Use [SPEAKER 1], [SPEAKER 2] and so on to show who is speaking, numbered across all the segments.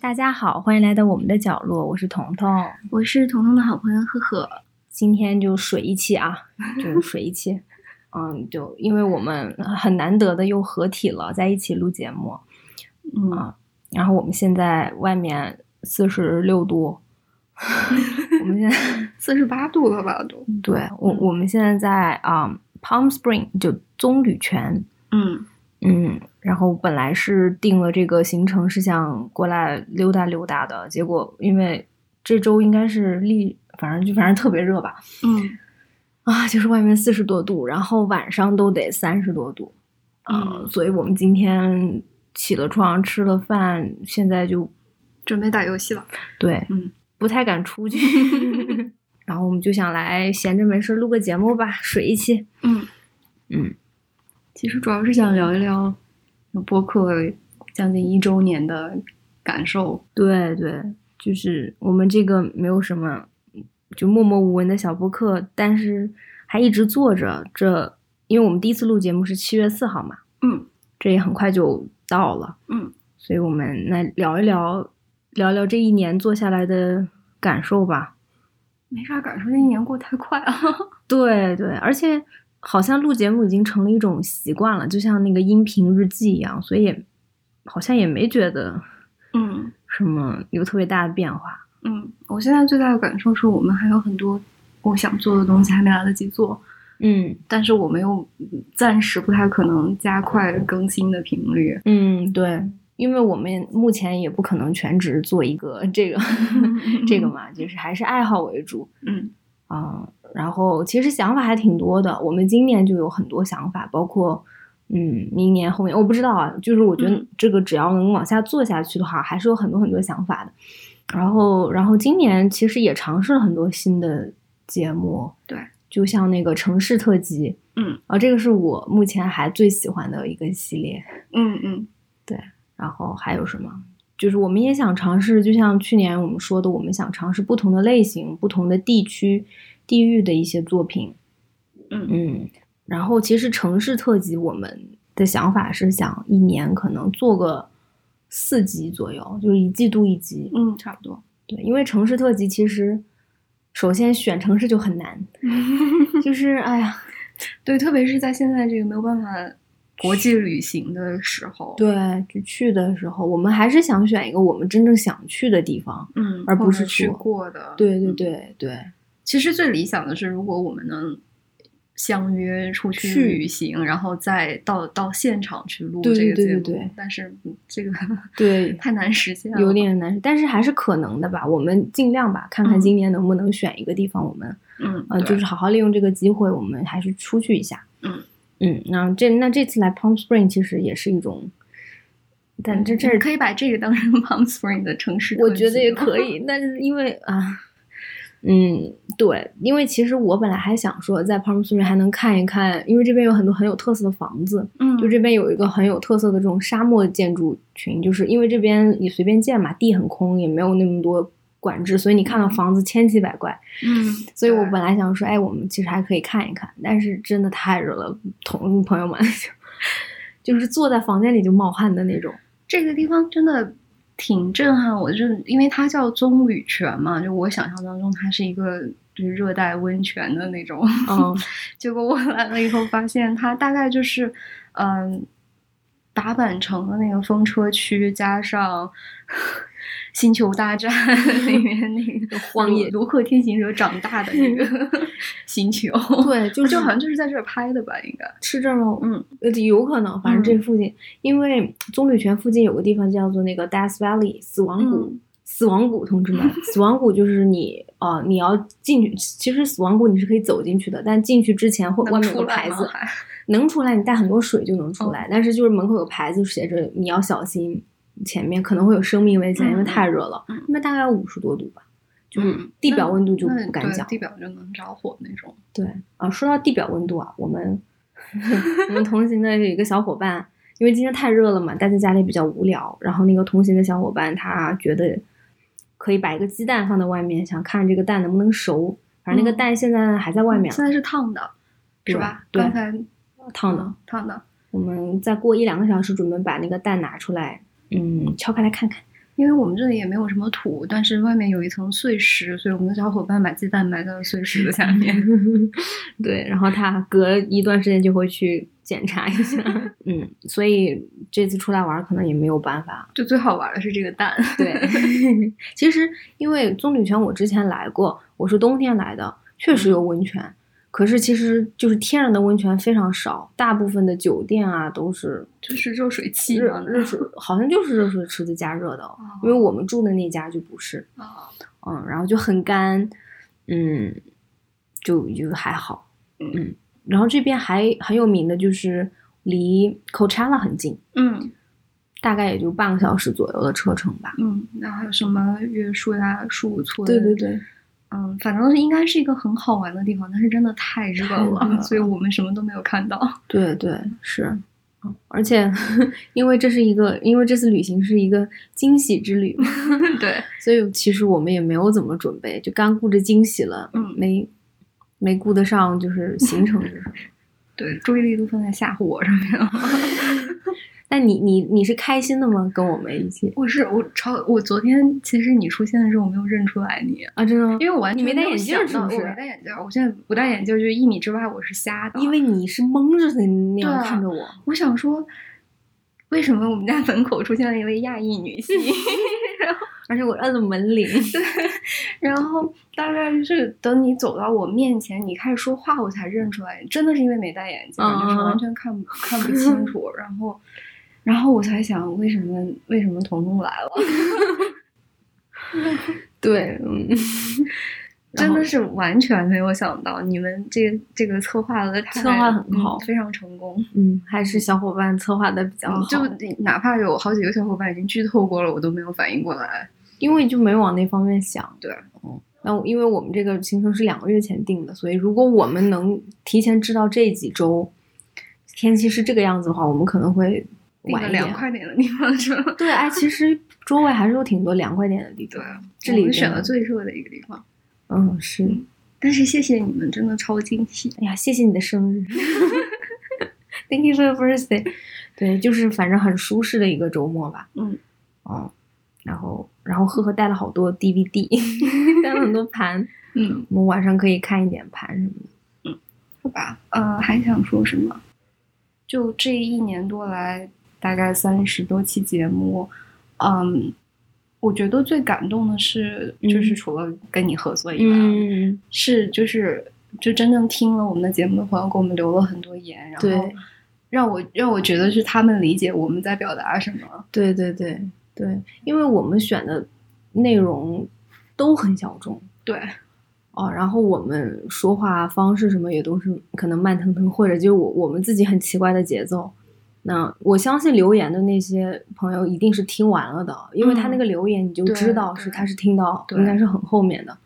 [SPEAKER 1] 大家好，欢迎来到我们的角落，我是彤彤。
[SPEAKER 2] 我是彤彤的好朋友赫赫。
[SPEAKER 1] 今天就水一期啊，就水一期。嗯，就因为我们很难得的又合体了，在一起录节目。
[SPEAKER 2] 嗯，
[SPEAKER 1] 啊，然后我们现在外面四十六度，我们现在
[SPEAKER 2] 四十八度了吧都？
[SPEAKER 1] 对我我们现在在啊、Palm Spring 就棕榈泉，
[SPEAKER 2] 嗯
[SPEAKER 1] 嗯，然后本来是定了这个行程是想过来溜达溜达的，结果因为这周应该是历，反正就反正特别热吧，
[SPEAKER 2] 嗯
[SPEAKER 1] 啊，就是外面四十多度，然后晚上都得三十多度，啊，
[SPEAKER 2] 嗯
[SPEAKER 1] 所以我们今天起了床，吃了饭，现在就
[SPEAKER 2] 准备打游戏了。
[SPEAKER 1] 对，
[SPEAKER 2] 嗯，
[SPEAKER 1] 不太敢出 去， 然后我们就想来闲着没事录个节目吧，水一期，
[SPEAKER 2] 嗯
[SPEAKER 1] 嗯，
[SPEAKER 2] 其实主要是想聊一聊播客将近一周年的感受。
[SPEAKER 1] 对对，就是我们这个没有什么，就默默无闻的小播客，但是还一直做着。这因为我们第一次录节目是七月四号嘛，
[SPEAKER 2] 嗯
[SPEAKER 1] 这也很快就到了，
[SPEAKER 2] 嗯
[SPEAKER 1] 所以我们来聊一聊，聊聊这一年做下来的感受吧。
[SPEAKER 2] 没啥感受，这一年过太快了。
[SPEAKER 1] 对对，而且好像录节目已经成了一种习惯了，就像那个音频日记一样，所以也好像也没觉得
[SPEAKER 2] 嗯
[SPEAKER 1] 什么有特别大的变化。
[SPEAKER 2] 嗯，我现在最大的感受是我们还有很多我想做的东西还没来得及做，
[SPEAKER 1] 嗯
[SPEAKER 2] 但是我们又暂时不太可能加快更新的频率。
[SPEAKER 1] 嗯，对，因为我们目前也不可能全职做一个这个 这个嘛，就是还是爱好为主
[SPEAKER 2] 嗯
[SPEAKER 1] 啊、然后其实想法还挺多的，我们今年就有很多想法，包括嗯，明年后面我不知道啊，就是我觉得
[SPEAKER 2] 嗯
[SPEAKER 1] 这个只要能往下做下去的话，还是有很多很多想法的。然后，然后今年其实也尝试了很多新的节目，
[SPEAKER 2] 对，
[SPEAKER 1] 就像那个城市特辑，
[SPEAKER 2] 嗯
[SPEAKER 1] 啊，这个是我目前还最喜欢的一个系列。
[SPEAKER 2] 嗯嗯
[SPEAKER 1] 然后还有什么？就是我们也想尝试，就像去年我们说的，我们想尝试不同的类型、不同的地区、地域的一些作品。
[SPEAKER 2] 嗯
[SPEAKER 1] 嗯，然后其实城市特辑，我们的想法是想一年可能做个四集左右，就是一季度一集。
[SPEAKER 2] 嗯，差不多。
[SPEAKER 1] 对，因为城市特辑其实首先选城市就很难，就是哎呀，
[SPEAKER 2] 对，特别是在现在这个没有办法国际旅行的时候，，
[SPEAKER 1] 对，就去的时候，我们还是想选一个我们真正想去的地方。
[SPEAKER 2] 嗯，
[SPEAKER 1] 而不
[SPEAKER 2] 或者
[SPEAKER 1] 是
[SPEAKER 2] 去
[SPEAKER 1] 说
[SPEAKER 2] 过的，
[SPEAKER 1] 对对
[SPEAKER 2] 嗯。
[SPEAKER 1] 对对，
[SPEAKER 2] 其实最理想的是，如果我们能相约出去
[SPEAKER 1] 去
[SPEAKER 2] 旅行，然后再到到现场去录
[SPEAKER 1] 对
[SPEAKER 2] 这个
[SPEAKER 1] 对
[SPEAKER 2] 节
[SPEAKER 1] 对
[SPEAKER 2] 目，
[SPEAKER 1] 对对
[SPEAKER 2] 但是嗯这个
[SPEAKER 1] 对
[SPEAKER 2] 太难实现了，
[SPEAKER 1] 有点难，但是还是可能的吧。我们尽量吧，看看
[SPEAKER 2] 嗯
[SPEAKER 1] 今年能不能选一个地方，我们
[SPEAKER 2] 嗯，
[SPEAKER 1] 呃，
[SPEAKER 2] 对
[SPEAKER 1] 就是好好利用这个机会，我们还是出去一下。
[SPEAKER 2] 嗯
[SPEAKER 1] 嗯，那这那这次来 Palm Spring 其实也是一种，但这这
[SPEAKER 2] 嗯你可以把这个当成 Palm Spring 的城市特辑
[SPEAKER 1] 我
[SPEAKER 2] 了，
[SPEAKER 1] 觉得 也可以，但是因为啊，嗯，对，因为其实我本来还想说在 Palm Spring 还能看一看，因为这边有很多很有特色的房子，
[SPEAKER 2] 嗯，
[SPEAKER 1] 就这边有一个很有特色的这种沙漠建筑群，就是因为这边你随便建嘛，地很空，也没有那么多管制，所以你看到房子千奇百怪。
[SPEAKER 2] 嗯，
[SPEAKER 1] 所以我
[SPEAKER 2] 对
[SPEAKER 1] 本来想说，哎，我们其实还可以看一看，但是真的太热了，同朋友们 就是坐在房间里就冒汗的那种。
[SPEAKER 2] 这个地方真的挺震撼我，就是因为它叫棕榈泉嘛，就我想象当中它是一个就是热带温泉的那种，
[SPEAKER 1] 嗯，
[SPEAKER 2] 结果我来了以后发现它大概就是，嗯，达坂城的那个风车区加上。 星球 大战里面那个
[SPEAKER 1] 荒野
[SPEAKER 2] 卢克天行者长大的那个 星球，
[SPEAKER 1] 对，就是
[SPEAKER 2] 就好像就是在这儿拍的吧，应该。
[SPEAKER 1] 是这种，
[SPEAKER 2] 嗯
[SPEAKER 1] 呃，有可能，反正这附近，因为棕榈泉附近有个地方叫做那个 Death Valley 死亡谷，
[SPEAKER 2] 嗯
[SPEAKER 1] 死亡谷，同志 们，死亡谷就是你啊、呃你要进去，其实死亡谷你是可以走进去的，但进去之前会
[SPEAKER 2] 能
[SPEAKER 1] 外面有
[SPEAKER 2] 出
[SPEAKER 1] 个
[SPEAKER 2] 来
[SPEAKER 1] 牌
[SPEAKER 2] 吗
[SPEAKER 1] 子，
[SPEAKER 2] 还哦
[SPEAKER 1] 能出来，你带很多水就能出来，但是就是门口有牌子写着你要小心，前面可能会有生命危险，因为
[SPEAKER 2] 嗯
[SPEAKER 1] 太热了
[SPEAKER 2] 嗯，
[SPEAKER 1] 那么大概五十多度吧，就是
[SPEAKER 2] 嗯
[SPEAKER 1] 地表
[SPEAKER 2] 那
[SPEAKER 1] 温度就
[SPEAKER 2] 那
[SPEAKER 1] 不敢
[SPEAKER 2] 对
[SPEAKER 1] 讲了
[SPEAKER 2] 地表就能着火那种。
[SPEAKER 1] 对啊，说到地表温度啊，我们我们同行的有一个小伙伴，因为今天太热了嘛，待在家里比较无聊，然后那个同行的小伙伴他觉得可以把一个鸡蛋放在外面，想看这个蛋能不能熟。反正那个
[SPEAKER 2] 嗯
[SPEAKER 1] 蛋现在还在外面
[SPEAKER 2] 现在是烫的，是
[SPEAKER 1] 对
[SPEAKER 2] 吧？
[SPEAKER 1] 对
[SPEAKER 2] 刚才
[SPEAKER 1] 烫的，
[SPEAKER 2] 烫的，
[SPEAKER 1] 嗯我们再过一两个小时准备把那个蛋拿出来，嗯，敲开来看看，
[SPEAKER 2] 因为我们这里也没有什么土，但是外面有一层碎石，所以我们的小伙伴把鸡蛋埋在了碎石的下面。
[SPEAKER 1] 对，然后他隔一段时间就会去检查一下，嗯，所以这次出来玩儿可能也没有办法。
[SPEAKER 2] 就最好玩的是这个蛋，
[SPEAKER 1] 对，其实因为棕榈泉我之前来过，我是冬天来的，确实有温泉，可是其实就是天然的温泉非常少，大部分的酒店啊都是
[SPEAKER 2] 就是热水器
[SPEAKER 1] 热
[SPEAKER 2] 嘛，
[SPEAKER 1] 热水，好像就是热水池子加热
[SPEAKER 2] 哦
[SPEAKER 1] 的，因为我们住的那家就不是，
[SPEAKER 2] 啊，
[SPEAKER 1] 嗯，然后就很干，嗯，就就还好，
[SPEAKER 2] 嗯
[SPEAKER 1] 嗯，然后这边还很有名的就是离 Coachella 很近，
[SPEAKER 2] 嗯
[SPEAKER 1] 大概也就半个小时左右的车程吧。
[SPEAKER 2] 嗯，那还有什么月树呀、树村？
[SPEAKER 1] 对对对，
[SPEAKER 2] 嗯，反正是应该是一个很好玩的地方，但是真的太热
[SPEAKER 1] 太热
[SPEAKER 2] 了，
[SPEAKER 1] 了
[SPEAKER 2] 所以我们什么都没有看到。
[SPEAKER 1] 对对是，嗯而且因为这是一个，因为这次旅行是一个惊喜之旅嘛，
[SPEAKER 2] 对，
[SPEAKER 1] 所以其实我们也没有怎么准备，就干顾着惊喜了，
[SPEAKER 2] 嗯
[SPEAKER 1] 没没顾得上就是行程是什 么。
[SPEAKER 2] 对，注意力都放在吓唬我上面了。
[SPEAKER 1] 那你你你是开心的吗？跟我们一起
[SPEAKER 2] 我是我超，我昨天其实你出现的时候我没有认出来你，
[SPEAKER 1] 啊？真的吗？
[SPEAKER 2] 因为我完
[SPEAKER 1] 你没
[SPEAKER 2] 全
[SPEAKER 1] 戴
[SPEAKER 2] 有
[SPEAKER 1] 眼镜
[SPEAKER 2] 想
[SPEAKER 1] 是
[SPEAKER 2] 到
[SPEAKER 1] 不
[SPEAKER 2] 我
[SPEAKER 1] 是
[SPEAKER 2] 没戴眼镜儿，我现在不戴眼镜儿，就是一米之外我是瞎的。
[SPEAKER 1] 因为你是蒙着的那样
[SPEAKER 2] 对
[SPEAKER 1] 看着我，
[SPEAKER 2] 我想说，为什么我们家门口出现了一位亚裔 女性？
[SPEAKER 1] 而且我摁了门 铃。
[SPEAKER 2] 然后大概就是等你走到我面前，你开始说话，我才认出来，真的是因为没戴眼镜，
[SPEAKER 1] 嗯
[SPEAKER 2] 就是
[SPEAKER 1] 嗯
[SPEAKER 2] 完
[SPEAKER 1] 嗯
[SPEAKER 2] 全看不看不清楚。然后，然后我才想，为什么为什么彤彤来了？
[SPEAKER 1] 对， 嗯，然
[SPEAKER 2] 真
[SPEAKER 1] 后
[SPEAKER 2] 的是完全没有想到，你们这个这个策划的嗯
[SPEAKER 1] 策划很好
[SPEAKER 2] 非常成功。
[SPEAKER 1] 嗯，还是小伙伴策划的比较
[SPEAKER 2] 然后
[SPEAKER 1] 好，
[SPEAKER 2] 就哪怕有好几个小伙伴已经剧透过了，我都没有反应过来。
[SPEAKER 1] 因为就没往那方面想。
[SPEAKER 2] 对，
[SPEAKER 1] 嗯，那我因为我们这个行程是两个月前定的，所以如果我们能提前知道这几周天气是这个样子的话，我们可能会
[SPEAKER 2] 那
[SPEAKER 1] 晚
[SPEAKER 2] 个
[SPEAKER 1] 一
[SPEAKER 2] 凉
[SPEAKER 1] 点。
[SPEAKER 2] 快点的地方是 吧？
[SPEAKER 1] 对，哎，其实周围还是有挺多凉快点的地
[SPEAKER 2] 对
[SPEAKER 1] 方。，这
[SPEAKER 2] 我
[SPEAKER 1] 里
[SPEAKER 2] 们选
[SPEAKER 1] 边
[SPEAKER 2] 了最热的一个地方。
[SPEAKER 1] 嗯，是。
[SPEAKER 2] 但是谢谢你们，真的超惊喜。
[SPEAKER 1] 哎呀，谢谢你的生 日，Thank you for your birthday。对，就是反正很舒适的一个周末吧。
[SPEAKER 2] 嗯，
[SPEAKER 1] 哦，然后然后赫赫带了好多 DVD，带了很多盘，
[SPEAKER 2] 嗯，
[SPEAKER 1] 我们晚上可以看一点盘什么的。
[SPEAKER 2] 好吧，呃，还想说什么？就这一年多来，大概三十多期节目，嗯，我觉得最感动的是，
[SPEAKER 1] 嗯
[SPEAKER 2] 就是除了跟你合作以外，，嗯是就是就真正听了我们的节目的朋友给我们留了很多言，然后
[SPEAKER 1] 对
[SPEAKER 2] 让我让我觉得是他们理解我们在表达什么。
[SPEAKER 1] 对对对对，因为我们选的内容都很小众。
[SPEAKER 2] 对，
[SPEAKER 1] 哦，然后我们说话方式什么也都是可能慢腾腾，或者就是我我们自己很奇怪的节奏。那我相信留言的那些朋友一定是听完了的，因为他那
[SPEAKER 2] 嗯
[SPEAKER 1] 个留言你就
[SPEAKER 2] 对
[SPEAKER 1] 知道
[SPEAKER 2] 对
[SPEAKER 1] 是他是听到，
[SPEAKER 2] 对
[SPEAKER 1] 应该是很后面的，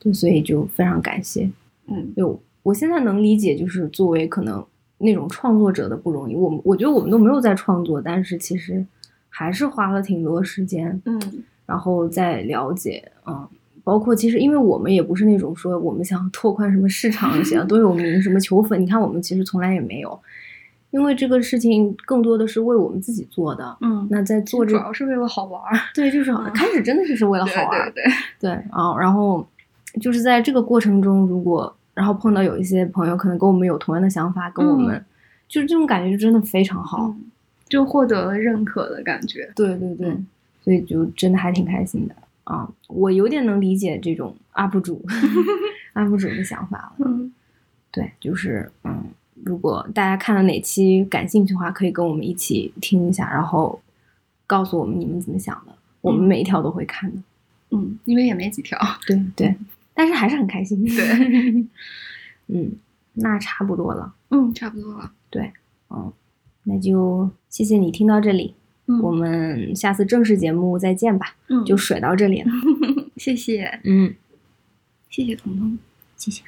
[SPEAKER 1] 对，所以就非常感谢。
[SPEAKER 2] 嗯，
[SPEAKER 1] 有，我现在能理解，就是作为可能那种创作者的不容易。我们我觉得我们都没有在创作，但是其实还是花了挺多时间，
[SPEAKER 2] 嗯，
[SPEAKER 1] 然后再了解，嗯，包括其实因为我们也不是那种说我们想拓宽什么市场，想多有名什么求粉，你看我们其实从来也没有，因为这个事情更多的是为我们自己做的。
[SPEAKER 2] 嗯，
[SPEAKER 1] 那在做
[SPEAKER 2] 主
[SPEAKER 1] 这，
[SPEAKER 2] 要是为了好玩儿，
[SPEAKER 1] 对，就是好开始真的就是为了
[SPEAKER 2] 对
[SPEAKER 1] 好玩儿，
[SPEAKER 2] 对对，
[SPEAKER 1] 对啊、然后就是在这个过程中，如果然后碰到有一些朋友可能跟我们有同样的想法，跟我们、就是这种感觉就真的非常好，
[SPEAKER 2] 嗯，就获得了认可的感觉。
[SPEAKER 1] 对对对，
[SPEAKER 2] 嗯
[SPEAKER 1] 所以就真的还挺开心的啊！我有点能理解这种 UP 主 UP 主的想法了。
[SPEAKER 2] 嗯，
[SPEAKER 1] 对，就是嗯，如果大家看了哪期感兴趣的话，可以跟我们一起听一下，然后告诉我们你们怎么想的。我们
[SPEAKER 2] 嗯
[SPEAKER 1] 每一条都会看的。
[SPEAKER 2] 嗯，因为也没几 条。
[SPEAKER 1] 对对，但是还是很开心。
[SPEAKER 2] 嗯对，
[SPEAKER 1] 嗯，那差不多了。
[SPEAKER 2] 嗯，差不多了。
[SPEAKER 1] 嗯，那就谢谢你听到这里，
[SPEAKER 2] 嗯
[SPEAKER 1] 我们下次正式节目再见吧。
[SPEAKER 2] 嗯
[SPEAKER 1] 就水到这里了。
[SPEAKER 2] 谢谢，
[SPEAKER 1] 嗯，
[SPEAKER 2] 谢谢彤彤。
[SPEAKER 1] 谢谢。